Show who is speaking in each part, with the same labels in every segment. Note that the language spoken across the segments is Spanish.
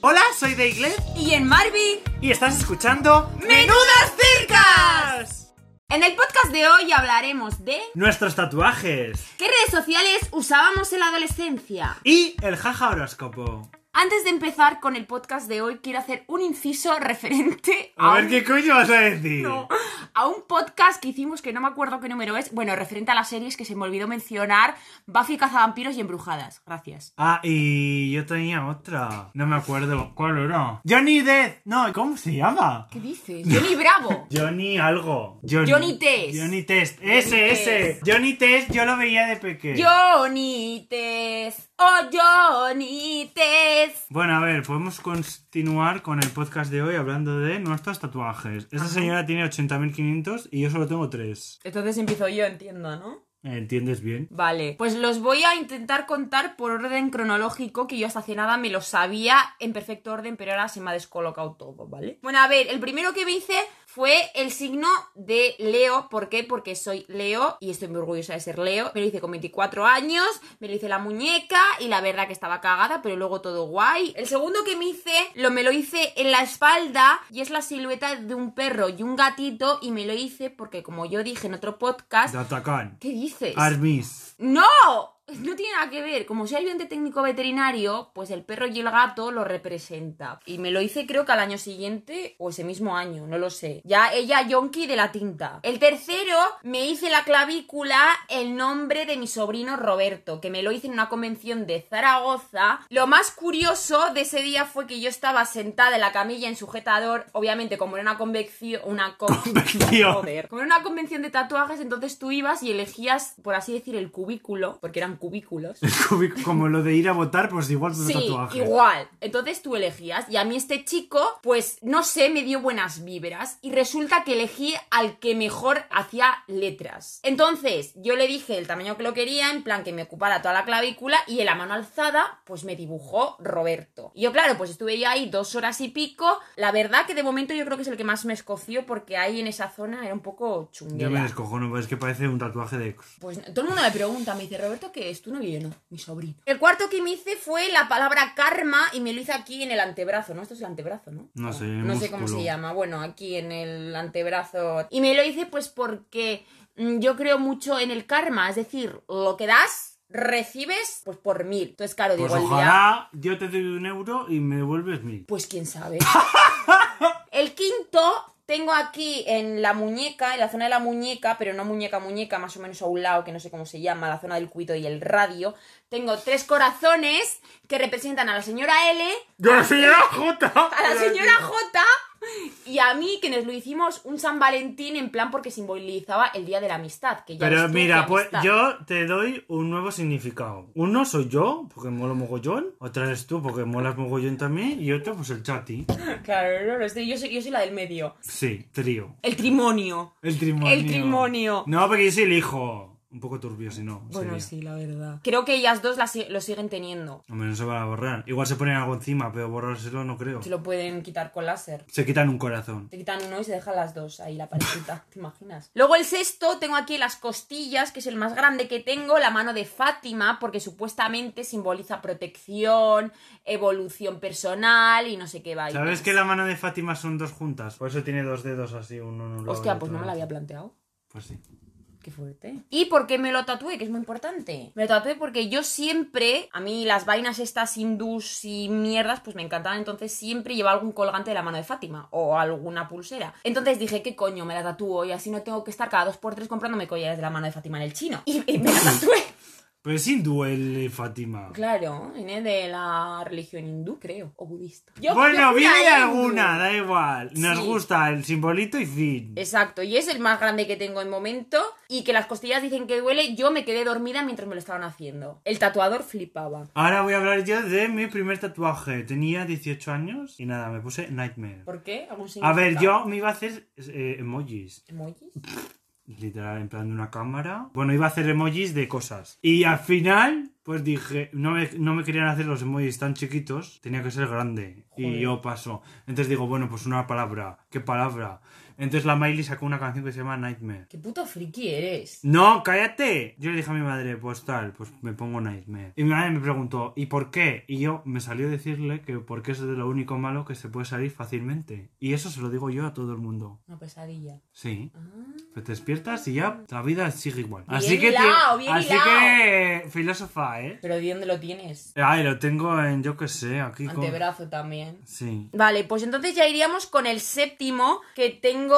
Speaker 1: Hola, soy Deiglet
Speaker 2: Y en Marvi,
Speaker 1: y estás escuchando
Speaker 2: ¡Menudas circas!
Speaker 1: Menudas.
Speaker 2: En el podcast de hoy hablaremos de
Speaker 1: Nuestros tatuajes
Speaker 2: qué redes sociales usábamos en la adolescencia.
Speaker 1: y el jaja horóscopo.
Speaker 2: Antes de empezar con el podcast de hoy, quiero hacer un inciso referente
Speaker 1: A
Speaker 2: a,
Speaker 1: ver
Speaker 2: un,
Speaker 1: qué coño vas a decir.
Speaker 2: no, a un podcast que hicimos que no me acuerdo qué número es. Bueno, referente a las series que se me olvidó mencionar: Buffy Cazavampiros y Embrujadas. Gracias.
Speaker 1: Ah, y yo tenía otra. No me acuerdo cuál era. Johnny Death. No, ¿cómo se llama?
Speaker 2: ¿Qué dices? Johnny Bravo.
Speaker 1: Johnny algo. Johnny,
Speaker 2: Johnny Test.
Speaker 1: Johnny Test. Ese,
Speaker 2: Johnny
Speaker 1: ese.
Speaker 2: Test.
Speaker 1: Johnny Test yo lo veía de pequeño.
Speaker 2: Johnny Tess. Oh, Johnny Tess.
Speaker 1: Bueno, a ver, podemos continuar con el podcast de hoy hablando de nuestros tatuajes. Esta señora tiene 80.500 y yo solo tengo 3.
Speaker 2: Entonces empiezo yo, entiendo, ¿no?
Speaker 1: ¿Entiendes bien?
Speaker 2: Vale, pues los voy a intentar contar por orden cronológico, que yo hasta hace nada me lo sabía en perfecto orden, pero ahora se me ha descolocado todo, ¿vale? Bueno, a ver, el primero que me hice fue el signo de Leo. ¿Por qué? Porque soy Leo y estoy muy orgullosa de ser Leo. Me lo hice con 24 años, me lo hice la muñeca y la verdad que estaba cagada, pero luego todo guay. El segundo que me hice, lo me lo hice en la espalda y es la silueta de un perro y un gatito y me lo hice porque como yo dije en otro podcast...
Speaker 1: Datacan.
Speaker 2: ¿Qué dices?
Speaker 1: Armis.
Speaker 2: ¡No! No tiene nada que ver. Como soy ayudante técnico veterinario, pues el perro y el gato lo representa. Y me lo hice creo que al año siguiente o ese mismo año, no lo sé. Ya ella yonki de la tinta. El tercero, me hice en la clavícula el nombre de mi sobrino Roberto, que me lo hice en una convención de Zaragoza. Lo más curioso de ese día fue que yo estaba sentada en la camilla en sujetador, obviamente como era una convención... Una con-
Speaker 1: Convención.
Speaker 2: Joder. Como era una convención de tatuajes, entonces tú ibas y elegías, por así decir, el cubículo, porque eran cubículos.
Speaker 1: Como lo de ir a votar, pues igual tus
Speaker 2: Sí,
Speaker 1: tatuajes.
Speaker 2: igual. Entonces tú elegías. Y a mí este chico, pues no sé, me dio buenas vibras. Y resulta que elegí al que mejor hacía letras. Entonces yo le dije el tamaño que lo quería, en plan que me ocupara toda la clavícula. Y en la mano alzada, pues me dibujó Roberto. Y yo, claro, pues estuve yo ahí dos horas y pico. La verdad que de momento yo creo que es el que más me escoció porque ahí en esa zona era un poco chunguera.
Speaker 1: Yo me descojono, pues es que parece un tatuaje de ex.
Speaker 2: Pues no, todo el mundo me pregunta, me dice, Roberto, ¿qué es tu novio? Y yo, no, mi sobrino. El cuarto que me hice fue la palabra karma y me lo hice aquí en el antebrazo, ¿no? Esto es el antebrazo, ¿no? Ah,
Speaker 1: No sé,
Speaker 2: No sé cómo
Speaker 1: músculo.
Speaker 2: se llama. Bueno, aquí en el antebrazo. Y me lo hice pues porque mm, yo creo mucho en el karma, es decir, lo que das, recibes pues por mil. Entonces, claro,
Speaker 1: Pues
Speaker 2: digo, el día-
Speaker 1: ojalá yo te doy un euro y me devuelves mil.
Speaker 2: pues quién sabe. El quinto tengo aquí en la muñeca, en la zona de la muñeca, pero no muñeca muñeca, más o menos a un lado, que no sé cómo se llama, la zona del cuito y el radio. Tengo tres corazones que representan a la señora L,
Speaker 1: ¡Yo la señora J!
Speaker 2: a la señora J y a mí, que nos lo hicimos un San Valentín en plan porque simbolizaba el día de la amistad. Que ya
Speaker 1: Pero
Speaker 2: ves tú
Speaker 1: mira,
Speaker 2: que
Speaker 1: pues
Speaker 2: amistad.
Speaker 1: yo te doy un nuevo significado. Uno soy yo, porque mola mogollón. Otra eres tú, porque molas mogollón también. Y otro, pues el chati.
Speaker 2: Claro, no, no, estoy- yo soy, yo soy la del medio.
Speaker 1: Sí, trío.
Speaker 2: El trimonio.
Speaker 1: El trimonio.
Speaker 2: El trimonio.
Speaker 1: No, porque yo soy el hijo. Un poco turbio, si no. sería.
Speaker 2: la verdad. Creo que ellas dos la si- lo siguen teniendo.
Speaker 1: Hombre, no se va a borrar. Igual se ponen algo encima, pero borrárselo no creo.
Speaker 2: Se lo pueden quitar con láser.
Speaker 1: Se quitan un corazón.
Speaker 2: Te quitan uno y se dejan las dos ahí, la parejita. ¿Te imaginas? Luego el sexto, tengo aquí las costillas, que es el más grande que tengo, la mano de Fátima, porque supuestamente simboliza protección, evolución personal y no sé qué va.
Speaker 1: ¿Sabes que la mano de Fátima son dos juntas? Por eso tiene dos dedos así, uno en un lado y
Speaker 2: Hostia,
Speaker 1: otro
Speaker 2: pues no me
Speaker 1: en
Speaker 2: la
Speaker 1: otro.
Speaker 2: había planteado.
Speaker 1: Pues sí.
Speaker 2: Qué fuerte. ¿Y por qué me lo tatué? Que es muy importante. Me lo tatué porque yo siempre, a mí las vainas estas hindús y mierdas, pues me encantaban. Entonces siempre llevaba algún colgante de la mano de Fátima o alguna pulsera. Entonces dije, ¿qué coño? Me la tatúo y así no tengo que estar cada dos por tres comprándome collares de la mano de Fátima en el chino. Y, y me la tatué.
Speaker 1: Pero es hindú el eh, Fátima.
Speaker 2: claro, viene de la religión hindú, creo, o budista.
Speaker 1: bueno,
Speaker 2: viene
Speaker 1: viene de alguna, da igual. Nos
Speaker 2: Sí.
Speaker 1: gusta el simbolito y fin.
Speaker 2: Exacto, y es el más grande que tengo en momento. Y que las costillas dicen que duele, yo me quedé dormida mientras me lo estaban haciendo. El tatuador flipaba.
Speaker 1: Ahora voy a hablar yo de mi primer tatuaje. Tenía 18 años y nada, me puse Nightmare.
Speaker 2: ¿Por qué? ¿Algún
Speaker 1: A ver,
Speaker 2: significado?
Speaker 1: yo me iba a hacer eh, emojis.
Speaker 2: ¿Emojis?
Speaker 1: Literal, en plan de una cámara. Bueno, iba a hacer emojis de cosas. Y al final, pues dije, no me, no me querían hacer los emojis tan chiquitos, tenía que ser grande. Y
Speaker 2: Joder.
Speaker 1: yo paso. Entonces digo, bueno, pues una palabra. ¿Qué palabra? Entonces la Miley sacó una canción que se llama Nightmare.
Speaker 2: ¿Qué puto friki eres?
Speaker 1: No, cállate. Yo le dije a mi madre, pues tal, pues me pongo Nightmare. Y mi madre me preguntó, ¿y por qué? Y yo me salió a decirle que porque eso es de lo único malo que se puede salir fácilmente. Y eso se lo digo yo a todo el mundo.
Speaker 2: Una pesadilla.
Speaker 1: Sí.
Speaker 2: Ah.
Speaker 1: Pues te despiertas y ya la vida sigue igual.
Speaker 2: Bien
Speaker 1: así que, te-
Speaker 2: hilado, bien
Speaker 1: así
Speaker 2: hilado.
Speaker 1: que filósofa, ¿eh?
Speaker 2: ¿Pero de dónde lo tienes?
Speaker 1: Ay, lo tengo en, yo qué sé, aquí con...
Speaker 2: Antebrazo también.
Speaker 1: Sí.
Speaker 2: Vale, pues entonces ya iríamos con el séptimo, que tengo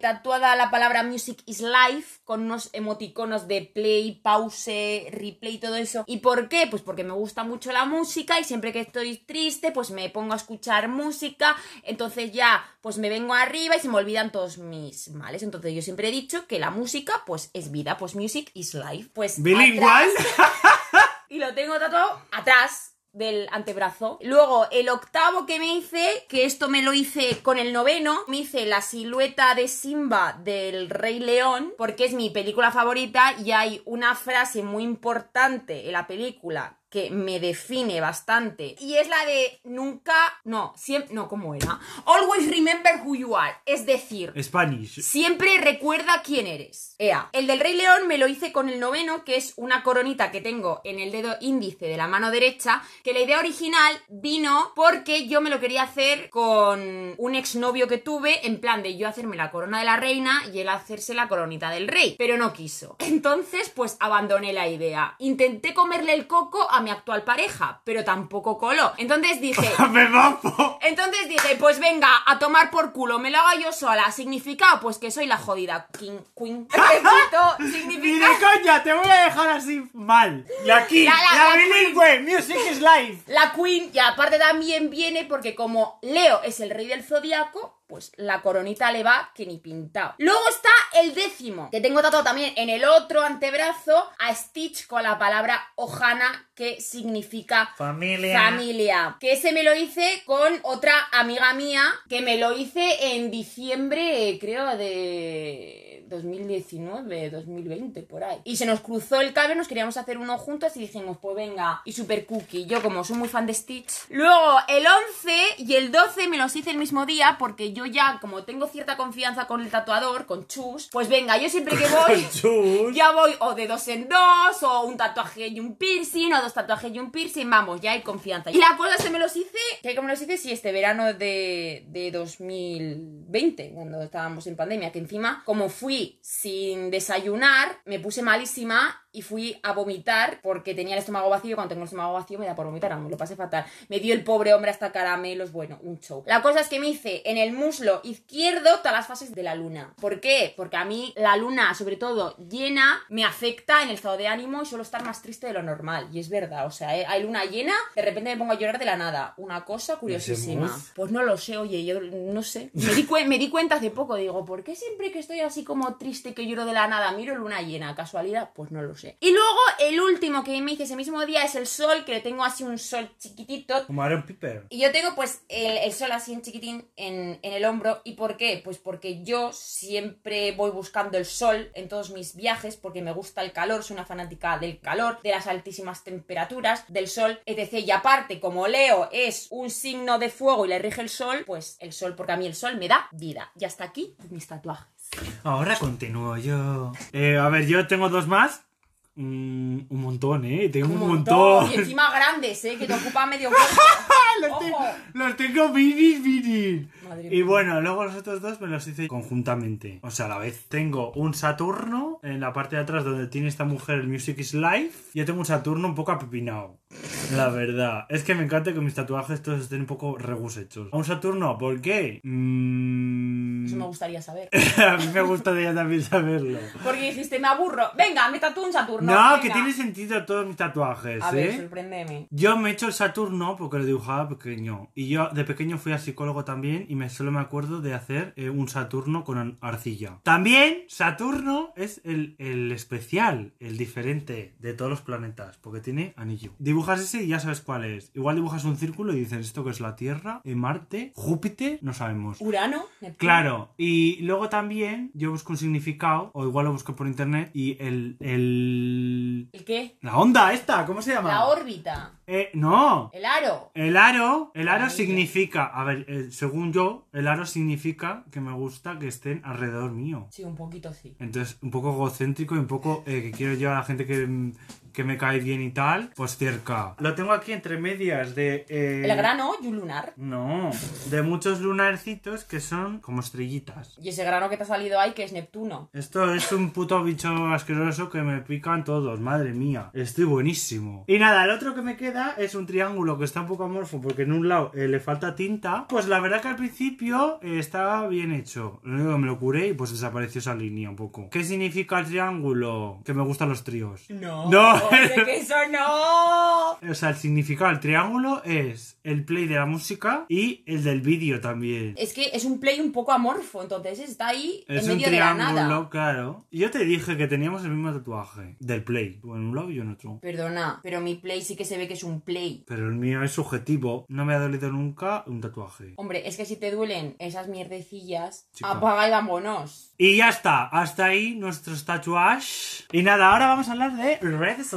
Speaker 2: tatuada la palabra Music is Life, con unos emoticonos de play, pause, replay y todo eso. ¿Y por qué? Pues porque me gusta mucho la música y siempre que estoy triste, pues me pongo a escuchar música, entonces ya, pues me vengo arriba y se me olvidan todos mis males. Entonces yo siempre he dicho que la música, pues es vida, pues Music is Life. Pues...
Speaker 1: Bilingual.
Speaker 2: atrás- y lo tengo tatuado atrás del antebrazo. Luego, el octavo que me hice, que esto me lo hice con el noveno, me hice la silueta de Simba del Rey León, porque es mi película favorita y hay una frase muy importante en la película que me define bastante y es la de nunca, no, siempre, no, ¿cómo era? Always remember who you are, es decir,
Speaker 1: Spanish.
Speaker 2: Siempre recuerda quién eres. Ea. El del Rey León me lo hice con el noveno, que es una coronita que tengo en el dedo índice de la mano derecha, que la idea original vino porque yo me lo quería hacer con un exnovio que tuve, en plan de yo hacerme la corona de la reina y él hacerse la coronita del rey, pero no quiso. Entonces, pues abandoné la idea. Intenté comerle el coco a mi actual pareja, pero tampoco coló. Entonces dije,
Speaker 1: ¡Me mapo!
Speaker 2: entonces dije, pues venga, a tomar por culo, me lo haga yo sola. Significa, pues que soy la jodida King Queen. Repito,
Speaker 1: Ni de
Speaker 2: significa
Speaker 1: coña, te voy a dejar así mal. Y aquí,
Speaker 2: La-
Speaker 1: la,
Speaker 2: la- la-
Speaker 1: bilingüe, music is life.
Speaker 2: la Queen. Y aparte también viene porque como Leo es el rey del zodiaco, pues la coronita le va que ni pintado. Luego está el décimo, que tengo tatuado también en el otro antebrazo a Stitch con la palabra Ohana, que significa
Speaker 1: Familia.
Speaker 2: Familia. Que ese me lo hice con otra amiga mía que me lo hice en diciembre, eh, creo, de 2019, 2020, por ahí. Y se nos cruzó el cable, nos queríamos hacer uno juntos y dijimos, pues venga, y super cookie. Yo, como soy muy fan de Stitch. Luego, el 11 y el 12 me los hice el mismo día porque yo ya, como tengo cierta confianza con el tatuador, con Chus, pues venga, yo siempre que voy.
Speaker 1: Chus.
Speaker 2: Ya voy o de dos en dos, o un tatuaje y un piercing, o dos tatuajes y un piercing, vamos, ya hay confianza. Y la cosa se me los hice, que como me los hice, sí, este verano de, de 2020, cuando estábamos en pandemia, que encima, como fui sin desayunar, me puse malísima y fui a vomitar porque tenía el estómago vacío. y Cuando tengo el estómago vacío, me da por vomitar, me lo pasé fatal. Me dio el pobre hombre hasta caramelos, bueno, un show. La cosa es que me hice en el muslo izquierdo todas las fases de la luna. ¿Por qué? Porque a mí la luna, sobre todo llena, me afecta en el estado de ánimo y suelo estar más triste de lo normal. Y es verdad, o sea, eh, hay luna llena, de repente me pongo a llorar de la nada. Una cosa curiosísima.
Speaker 1: Hacemos.
Speaker 2: Pues no lo sé, oye, yo no sé. Me di, cuen- me di cuenta hace poco, digo, ¿por qué siempre que estoy así como triste que lloro de la nada miro luna llena? ¿Casualidad? Pues no lo sé. Y luego el último que me hice ese mismo día es el sol, que le tengo así un sol chiquitito.
Speaker 1: Como Aaron Piper.
Speaker 2: Y yo tengo pues el, el sol así en chiquitín en, en el hombro. ¿Y por qué? Pues porque yo siempre voy buscando el sol en todos mis viajes porque me gusta el calor, soy una fanática del calor, de las altísimas temperaturas, del sol, etc. Y aparte, como Leo es un signo de fuego y le rige el sol, pues el sol, porque a mí el sol me da vida. Y hasta aquí mis tatuajes.
Speaker 1: Ahora continúo yo. Eh, a ver, yo tengo dos más. Mm, un montón, ¿eh? Tengo un, montón.
Speaker 2: Y encima grandes, ¿eh? Que te ocupa medio cuerpo.
Speaker 1: los, te-
Speaker 2: Ojo.
Speaker 1: los tengo vinil, vinil.
Speaker 2: Madre
Speaker 1: Y
Speaker 2: mía.
Speaker 1: bueno, luego los otros dos me los hice conjuntamente. O sea, a la vez. Tengo un Saturno en la parte de atrás donde tiene esta mujer el Music is Life. Yo tengo un Saturno un poco apepinado. La verdad. Es que me encanta que mis tatuajes todos estén un poco regusechos. A un Saturno, ¿por qué? Mm,
Speaker 2: Eso me gustaría saber.
Speaker 1: a mí me gustaría también saberlo.
Speaker 2: Porque dijiste, me aburro. Venga, me tatúo un Saturno.
Speaker 1: No,
Speaker 2: venga.
Speaker 1: que tiene sentido todos mis tatuajes,
Speaker 2: A ver,
Speaker 1: ¿eh?
Speaker 2: sorpréndeme.
Speaker 1: Yo me he hecho el Saturno porque lo dibujaba pequeño. Y yo de pequeño fui a psicólogo también y me solo me acuerdo de hacer eh, un Saturno con an- arcilla. También Saturno es el, el especial, el diferente de todos los planetas, porque tiene anillo. Dibujas ese y ya sabes cuál es. Igual dibujas un círculo y dices esto que es la Tierra, eh, Marte, Júpiter, no sabemos.
Speaker 2: Urano. Neptuno.
Speaker 1: Claro, Bueno, y luego también yo busco un significado, o igual lo busco por internet, y el. el...
Speaker 2: ¿El qué?
Speaker 1: La onda esta, ¿cómo se llama?
Speaker 2: La órbita.
Speaker 1: Eh, no.
Speaker 2: El aro.
Speaker 1: El aro, el aro
Speaker 2: Maravilla.
Speaker 1: significa, a ver, eh, según yo, el aro significa que me gusta que estén alrededor mío.
Speaker 2: Sí, un poquito sí.
Speaker 1: Entonces, un poco egocéntrico y un poco eh, que quiero llevar a la gente que, mm, que me cae bien y tal, pues cerca. Lo tengo aquí entre medias de... eh,
Speaker 2: El gran hoyo lunar.
Speaker 1: No, de muchos lunarcitos que son como estrellitas.
Speaker 2: Y ese grano que te ha salido ahí, que es Neptuno.
Speaker 1: Esto es un puto bicho asqueroso que me pican todos, madre mía. Estoy buenísimo. Y nada, el otro que me queda es un triángulo que está un poco amorfo porque en un lado eh, le falta tinta. Pues la verdad que al principio eh, estaba bien hecho. Lo único que me lo curé y pues desapareció esa línea un poco. ¿Qué significa el triángulo? Que me gustan los tríos.
Speaker 2: No.
Speaker 1: No.
Speaker 2: hombre, que eso no.
Speaker 1: O sea, el significado del triángulo es el play de la música y el del vídeo también.
Speaker 2: Es que es un play un poco amorfo, entonces está ahí
Speaker 1: Es
Speaker 2: en
Speaker 1: un
Speaker 2: medio de la nada.
Speaker 1: triángulo, claro. Yo te dije que teníamos el mismo tatuaje del play. Tú en un lado y yo en otro.
Speaker 2: Perdona, pero mi play sí que se ve que es un play.
Speaker 1: Pero el mío es subjetivo. No me ha dolido nunca un tatuaje.
Speaker 2: Hombre, es que si te duelen esas mierdecillas,
Speaker 1: Chica.
Speaker 2: apaga y vámonos.
Speaker 1: Y ya está. Hasta ahí nuestros tatuajes. Y nada, ahora vamos a hablar de redes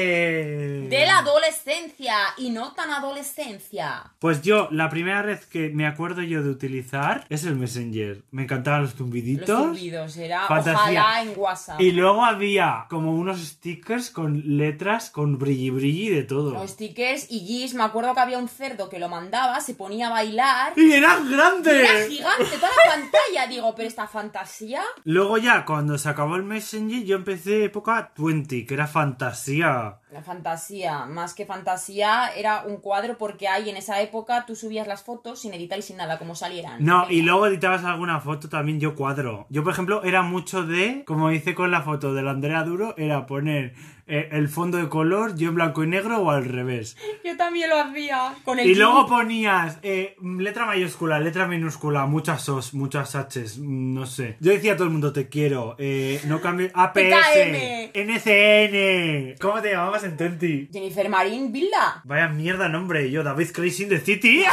Speaker 1: sociales.
Speaker 2: De la adolescencia y no tan adolescencia.
Speaker 1: Pues yo, la primera red que me acuerdo yo de utilizar es el Messenger. Me encantaban los
Speaker 2: Los
Speaker 1: zumbiditos.
Speaker 2: zumbidos, era
Speaker 1: Fantasía.
Speaker 2: ojalá en WhatsApp.
Speaker 1: Y luego había como unos stickers con letras, con brilli brilli de todo.
Speaker 2: Los stickers y gis, me acuerdo que había un cerdo que lo mandaba, se ponía a bailar.
Speaker 1: ¡Y eran grandes!
Speaker 2: Era gigante toda la pantalla, digo, pero esta fantasía.
Speaker 1: Luego ya, cuando se acabó el Messenger, yo empecé época 20, que era fantasía.
Speaker 2: La fantasía, más que fantasía, era un cuadro porque ahí en esa época tú subías las fotos sin editar y sin nada, como salieran.
Speaker 1: No, y
Speaker 2: Venga.
Speaker 1: luego editabas alguna foto también yo cuadro. Yo, por ejemplo, era mucho de, como hice con la foto de la Andrea Duro, era poner eh, el fondo de color, yo en blanco y negro o al revés.
Speaker 2: Yo también lo hacía. Con el
Speaker 1: Y
Speaker 2: gif.
Speaker 1: luego ponías eh, letra mayúscula, letra minúscula, muchas O's, muchas H's, mm, no sé. Yo decía a todo el mundo, te quiero, eh, no cambio... APS,
Speaker 2: PKM.
Speaker 1: NCN, ¿cómo te llamabas en 20?
Speaker 2: Jennifer Marín Vilda.
Speaker 1: Vaya mierda nombre, yo, David Crazy in the City.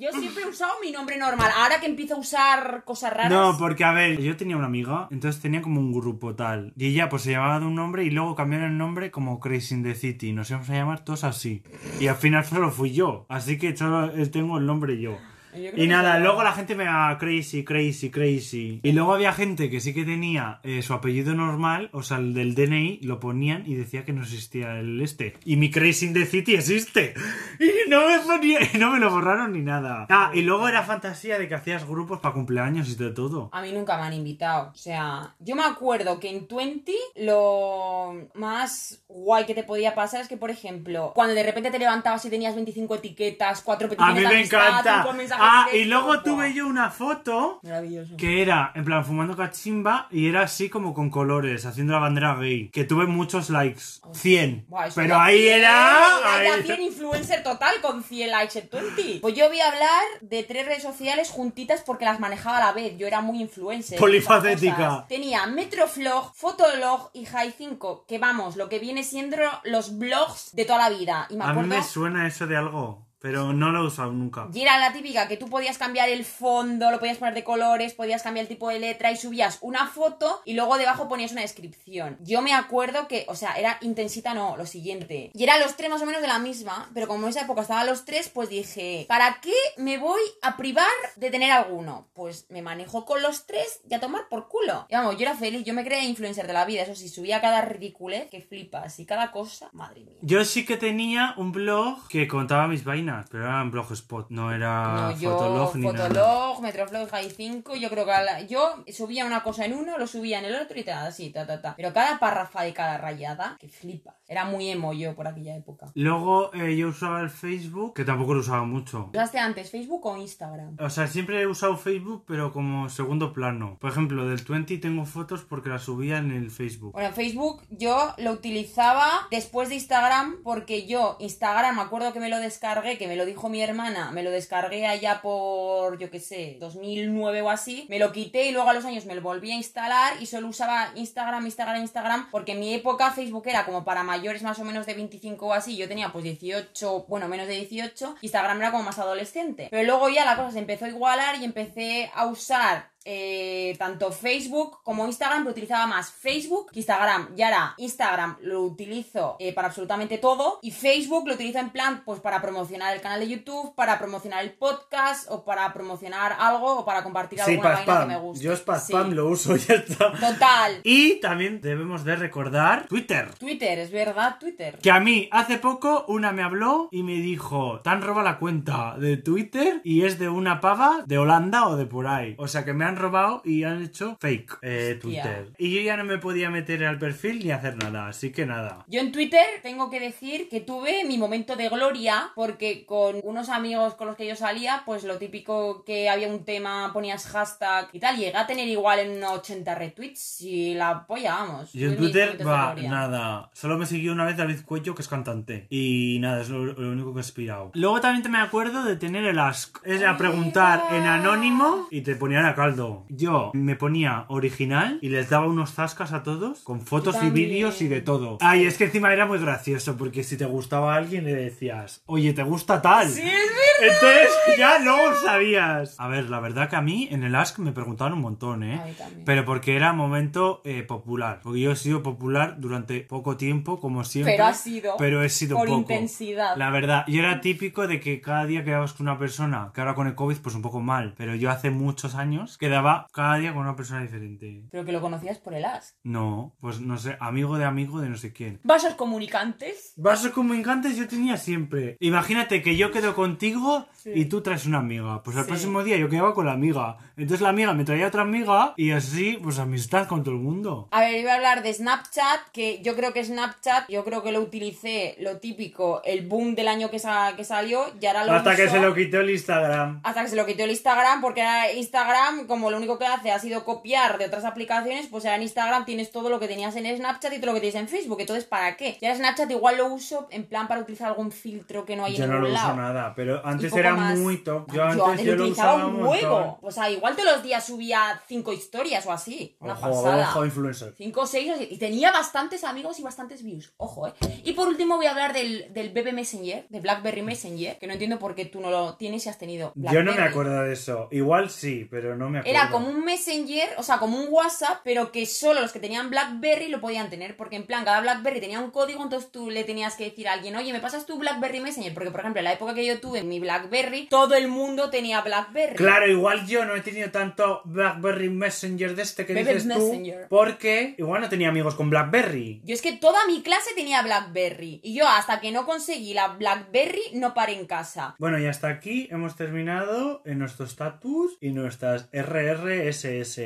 Speaker 2: Yo siempre he usado mi nombre normal. Ahora que empiezo a usar cosas raras.
Speaker 1: No, porque a ver, yo tenía una amiga, entonces tenía como un grupo tal. Y ella pues se llamaba de un nombre y luego cambiaron el nombre como Crazy in the City. Nos íbamos a llamar todos así. Y al final solo fui yo. Así que solo eh, tengo el nombre yo.
Speaker 2: Yo creo
Speaker 1: Y
Speaker 2: que
Speaker 1: nada,
Speaker 2: sí.
Speaker 1: luego la gente me llamaba Crazy, Crazy, Crazy. Y luego había gente que sí que tenía eh, su apellido normal, o sea, el del DNI, lo ponían y decía que no existía el este. Y mi Crazy in the City existe. Y no me, ponía- y no me lo borraron ni nada. Ah, y luego era fantasía de que hacías grupos para cumpleaños y de todo.
Speaker 2: A mí nunca me han invitado. O sea, yo me acuerdo que en 20 lo más guay que te podía pasar es que, por ejemplo, cuando de repente te levantabas y tenías 25 etiquetas, 4
Speaker 1: A
Speaker 2: peticiones
Speaker 1: mí
Speaker 2: de
Speaker 1: me
Speaker 2: Ah, amistad,
Speaker 1: encanta.
Speaker 2: cinco mensajes
Speaker 1: Ah,
Speaker 2: de
Speaker 1: y
Speaker 2: esto,
Speaker 1: luego
Speaker 2: buah.
Speaker 1: tuve yo una foto
Speaker 2: Maravilloso.
Speaker 1: que era en plan fumando cachimba y era así como con colores, haciendo la bandera gay. Que tuve muchos likes, 100.
Speaker 2: Buah, eso
Speaker 1: Pero
Speaker 2: ya-
Speaker 1: ahí era.
Speaker 2: Ahí ya
Speaker 1: ahí-
Speaker 2: 100 influencer total con 100 likes en 20. Pues yo voy a hablar de tres redes sociales juntitas porque las manejaba a la vez. Yo era muy influencer.
Speaker 1: Polifacética.
Speaker 2: en esas cosas. Tenía Metroflog, Fotolog y Hi5, que vamos, lo que viene siendo los blogs de toda la vida. Y me
Speaker 1: A mí
Speaker 2: acuerdo...
Speaker 1: me suena eso de algo, pero no lo he usado nunca.
Speaker 2: Y era la típica que tú podías cambiar el fondo, lo podías poner de colores, podías cambiar el tipo de letra y subías una foto y luego debajo ponías una descripción. Yo me acuerdo que, o sea, era intensita, no, lo siguiente. Y eran los tres más o menos de la misma, pero como en esa época estaban los tres, pues dije, ¿para qué me voy a privar de tener alguno? Pues me manejo con los tres y a tomar por culo. Y vamos, yo era feliz, yo me creía influencer de la vida, eso sí, subía cada ridiculez que flipas y cada cosa, madre mía.
Speaker 1: Yo sí que tenía un blog que contaba mis vainas, pero era en Blogspot, no era
Speaker 2: No, yo,
Speaker 1: Fotolog ni nada.
Speaker 2: Fotolog, Metroflog, High 5, yo creo que a la- yo subía una cosa en uno, lo subía en el otro y tal, así, ta, ta, ta. Pero cada párrafa de cada rayada, que flipa. Era muy emo yo por aquella época.
Speaker 1: Luego eh, yo usaba el Facebook, que tampoco lo usaba mucho.
Speaker 2: ¿Usaste antes Facebook o Instagram?
Speaker 1: O sea, siempre he usado Facebook, pero como segundo plano. Por ejemplo, del 20 tengo fotos porque las subía en el Facebook.
Speaker 2: Bueno, Facebook yo lo utilizaba después de Instagram porque yo Instagram me acuerdo que me lo descargué descargué, que me lo dijo mi hermana, me lo descargué allá por, yo qué sé, 2009 o así, me lo quité y luego a los años me lo volví a instalar y solo usaba Instagram, Instagram, Instagram, porque en mi época Facebook era como para mayores más o menos de 25 o así, yo tenía pues 18, bueno, menos de 18, Instagram era como más adolescente. Pero luego ya la cosa se empezó a igualar y empecé a usar eh, tanto Facebook como Instagram, pero utilizaba más Facebook que Instagram. Y ahora Instagram lo utilizo eh, para absolutamente todo y Facebook lo utilizo en plan, pues para promocionar el canal de YouTube, para promocionar el podcast o para promocionar algo o para compartir
Speaker 1: Sí,
Speaker 2: alguna
Speaker 1: para
Speaker 2: vaina que me
Speaker 1: spam.
Speaker 2: gusta.
Speaker 1: Yo es para spam lo uso, ya está.
Speaker 2: Total.
Speaker 1: Y también debemos de recordar Twitter.
Speaker 2: Twitter, es verdad, Twitter.
Speaker 1: Que a mí hace poco una me habló y me dijo, tan roba la cuenta de Twitter y es de una pava de Holanda o de por ahí. O sea que me han robado y han hecho fake eh,
Speaker 2: Hostia.
Speaker 1: Twitter. Y yo ya no me podía meter al perfil ni hacer nada, así que nada.
Speaker 2: Yo en Twitter tengo que decir que tuve mi momento de gloria porque con unos amigos con los que yo salía, pues lo típico que había un tema, ponías hashtag y tal, llegué a tener igual en unos 80 retweets y la polla, vamos.
Speaker 1: Yo en
Speaker 2: Fue mi
Speaker 1: Twitter,
Speaker 2: momento de
Speaker 1: va,
Speaker 2: gloria.
Speaker 1: nada. Solo me siguió una vez David Cuello, que es cantante. Y nada, es lo, lo único que he inspirado. Luego también te me acuerdo de tener el ask. Era
Speaker 2: Ay,
Speaker 1: preguntar en
Speaker 2: va.
Speaker 1: anónimo y te ponían a caldo. Yo me ponía original y les daba unos zascas a todos con fotos y
Speaker 2: también.
Speaker 1: vídeos y de todo. Ay, es que encima era muy gracioso porque si te gustaba a alguien le decías, oye, ¿te gusta tal?
Speaker 2: Sí, es verdad.
Speaker 1: Entonces ya no lo sabías. A ver, la verdad que a mí en el Ask me preguntaban un montón, ¿eh?
Speaker 2: A mí también.
Speaker 1: Pero porque era momento eh, popular. Porque yo he sido popular durante poco tiempo, como siempre.
Speaker 2: Pero ha sido.
Speaker 1: Pero he sido
Speaker 2: por
Speaker 1: poco.
Speaker 2: intensidad.
Speaker 1: La verdad, yo era típico de que cada día quedabas con una persona, que ahora con el COVID pues un poco mal, pero yo hace muchos años quedaba cada día con una persona diferente.
Speaker 2: Pero que lo conocías por el as.
Speaker 1: No, pues no sé, amigo de amigo de no sé quién.
Speaker 2: Vasos comunicantes.
Speaker 1: Vasos comunicantes yo tenía siempre. Imagínate que yo quedo contigo
Speaker 2: Sí.
Speaker 1: y tú traes una amiga. Pues al
Speaker 2: Sí.
Speaker 1: próximo día yo quedaba con la amiga. Entonces la amiga me traía otra amiga y así, pues amistad con todo el mundo.
Speaker 2: A ver, iba a hablar de Snapchat, que yo creo que Snapchat, yo creo que lo utilicé, lo típico, el boom del año que, sa- que salió, y ahora lo
Speaker 1: Hasta que
Speaker 2: uso-
Speaker 1: se lo quitó el Instagram.
Speaker 2: Hasta que se lo quitó el Instagram, porque ahora Instagram, como lo único que hace ha sido copiar de otras aplicaciones, pues ahora en Instagram tienes todo lo que tenías en Snapchat y todo lo que tienes en Facebook. Entonces, ¿para qué? Y ahora Snapchat igual lo uso en plan para utilizar algún filtro que no hay
Speaker 1: Yo
Speaker 2: en
Speaker 1: no
Speaker 2: ningún
Speaker 1: lo uso
Speaker 2: lado.
Speaker 1: nada, pero antes
Speaker 2: poco
Speaker 1: era
Speaker 2: más. Ah,
Speaker 1: muy top.
Speaker 2: Yo
Speaker 1: Yo antes, yo lo
Speaker 2: utilizaba
Speaker 1: usaba
Speaker 2: un
Speaker 1: montón.
Speaker 2: huevo. O sea, igual todos los días subía cinco historias o así. Una
Speaker 1: Ojo,
Speaker 2: pasada.
Speaker 1: ojo, influencer.
Speaker 2: Cinco o seis, y tenía bastantes amigos y bastantes views. Ojo, eh. Y por último voy a hablar del, del BB Messenger, de Blackberry Messenger, que no entiendo por qué tú no lo tienes y has tenido.
Speaker 1: Yo no me
Speaker 2: Blackberry.
Speaker 1: acuerdo de eso. Igual sí, pero no me acuerdo.
Speaker 2: Era como un Messenger, o sea, como un WhatsApp, pero que solo los que tenían BlackBerry lo podían tener, porque en plan, cada BlackBerry tenía un código, entonces tú le tenías que decir a alguien, oye, ¿me pasas tu BlackBerry Messenger? Porque, por ejemplo, en la época que yo tuve mi BlackBerry, todo el mundo tenía BlackBerry.
Speaker 1: Claro, igual yo no he tenido tanto BlackBerry Messenger de este que
Speaker 2: Bebe
Speaker 1: dices tú,
Speaker 2: Messenger.
Speaker 1: porque igual no tenía amigos con BlackBerry.
Speaker 2: Yo es que toda mi clase tenía BlackBerry, y yo hasta que no conseguí la BlackBerry no paré en casa.
Speaker 1: Bueno, y hasta aquí hemos terminado en nuestro status y nuestras RRSS.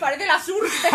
Speaker 2: Parece la surte,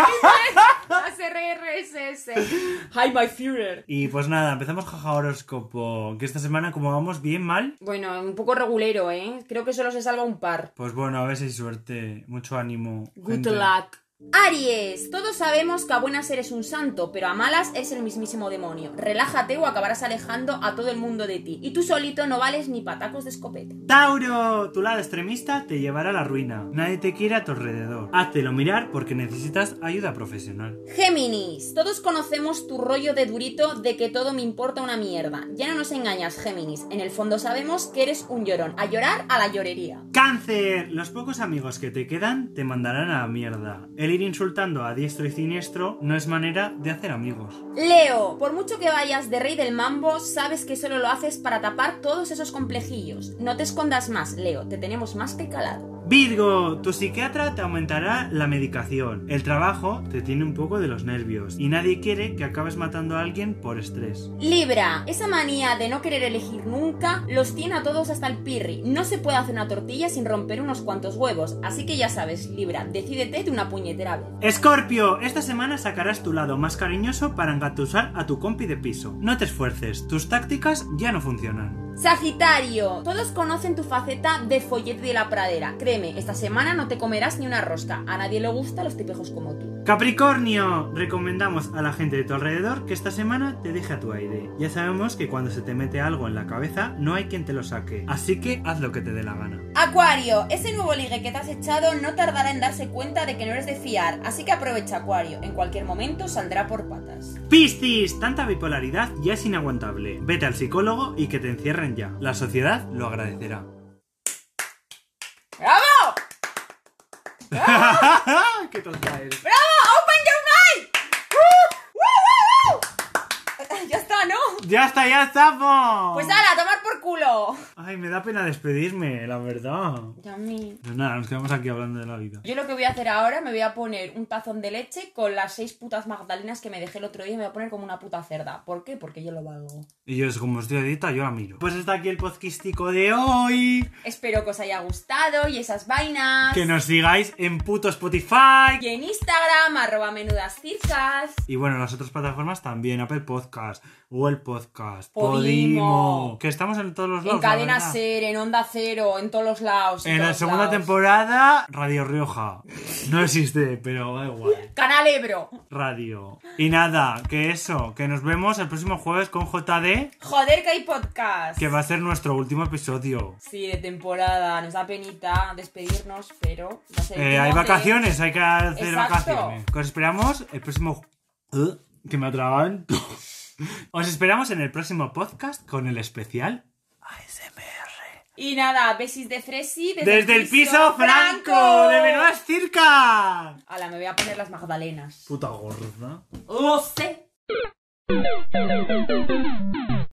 Speaker 2: las RRSS. Hi, my Führer.
Speaker 1: y pues nada, empezamos jaja horóscopo, que esta semana como vamos bien mal,
Speaker 2: Bueno, un poco regulero, ¿eh? Creo que solo se salva un par.
Speaker 1: pues bueno, a ver si hay suerte, mucho ánimo.
Speaker 2: Good
Speaker 1: gente.
Speaker 2: luck. Aries, todos sabemos que a buenas eres un santo, pero a malas eres el mismísimo demonio. Relájate o acabarás alejando a todo el mundo de ti. Y tú solito no vales ni patacos de escopeta.
Speaker 1: Tauro, tu lado extremista te llevará a la ruina. Nadie te quiere a tu alrededor. Háztelo mirar porque necesitas ayuda profesional.
Speaker 2: Géminis, todos conocemos tu rollo de durito de que todo me importa una mierda. Ya no nos engañas, Géminis. En el fondo sabemos que eres un llorón. A llorar a la llorería.
Speaker 1: Cáncer, los pocos amigos que te quedan te mandarán a la mierda. El ir insultando a diestro y siniestro no es manera de hacer amigos.
Speaker 2: Leo, por mucho que vayas de rey del mambo, sabes que solo lo haces para tapar todos esos complejillos. No te escondas más, Leo. Te tenemos más que calado.
Speaker 1: Virgo, tu psiquiatra te aumentará la medicación. El trabajo te tiene un poco de los nervios y nadie quiere que acabes matando a alguien por estrés.
Speaker 2: Libra, esa manía de no querer elegir nunca los tiene a todos hasta el pirri. No se puede hacer una tortilla sin romper unos cuantos huevos. Así que ya sabes, Libra, decídete de una puñetera vez.
Speaker 1: Escorpio, esta semana sacarás tu lado más cariñoso para engatusar a tu compi de piso. No te esfuerces, tus tácticas ya no funcionan.
Speaker 2: Sagitario, todos conocen tu faceta de follete de la pradera. Créeme, esta semana no te comerás ni una rosca. A nadie le gusta los tipejos como tú.
Speaker 1: Capricornio, recomendamos a la gente de tu alrededor que esta semana te deje a tu aire. Ya sabemos que cuando se te mete algo en la cabeza no hay quien te lo saque, así que haz lo que te dé la gana.
Speaker 2: Acuario, ese nuevo ligue que te has echado no tardará en darse cuenta de que no eres de fiar, así que aprovecha Acuario, en cualquier momento saldrá por patas.
Speaker 1: Piscis, tanta bipolaridad ya es inaguantable. Vete al psicólogo y que te encierren ya. La sociedad lo agradecerá.
Speaker 2: ¡Bravo!
Speaker 1: ¡Qué tonta eres!
Speaker 2: ¡Bravo! ¡Open your mind! ¡Woo! ¡Woo, woo, woo! Ya está, ¿no?
Speaker 1: ¡Ya está, ya estamos!
Speaker 2: Pues ahora, a tomar por culo.
Speaker 1: Ay, me da pena despedirme, la verdad.
Speaker 2: Ya mí.
Speaker 1: Pues nada, nos quedamos aquí hablando de la vida.
Speaker 2: Yo lo que voy a hacer ahora, me voy a poner un tazón de leche con las seis putas magdalenas que me dejé el otro día y me voy a poner como una puta cerda. ¿Por qué? Porque yo lo valgo.
Speaker 1: Y yo, es como estoy a dieta, yo la miro. Pues está aquí el podquistico de hoy.
Speaker 2: Espero que os haya gustado y esas vainas.
Speaker 1: Que nos sigáis en puto Spotify.
Speaker 2: Y en Instagram, arroba menudas circas.
Speaker 1: Y bueno, las otras plataformas también, Apple Podcast, Google Podcast,
Speaker 2: Podimo.
Speaker 1: Podimo. Que estamos en todos los lados. la
Speaker 2: En cadena
Speaker 1: verdad.
Speaker 2: ser, en onda cero, en todos los lados.
Speaker 1: En la
Speaker 2: todos
Speaker 1: segunda
Speaker 2: lados.
Speaker 1: temporada, Radio Rioja. No existe, pero da igual.
Speaker 2: Canal Ebro.
Speaker 1: Radio. Y nada, que eso, que nos vemos el próximo jueves con JD,
Speaker 2: Joder, que hay podcast.
Speaker 1: que va a ser nuestro último episodio.
Speaker 2: Sí, de temporada. Nos da penita despedirnos, pero va a ser el
Speaker 1: Eh,
Speaker 2: último
Speaker 1: hay
Speaker 2: de-
Speaker 1: vacaciones, hay que hacer
Speaker 2: Exacto.
Speaker 1: vacaciones. Que os esperamos el próximo. ¿Eh? Que me atraban. Os esperamos en el próximo podcast con el especial ASMR.
Speaker 2: Y nada, besis de Fresi desde,
Speaker 1: Desde el piso franco de Menudas Circa.
Speaker 2: Ala, me voy a poner las magdalenas.
Speaker 1: Puta gorda.
Speaker 2: ¡Lo sé!
Speaker 3: Thank you.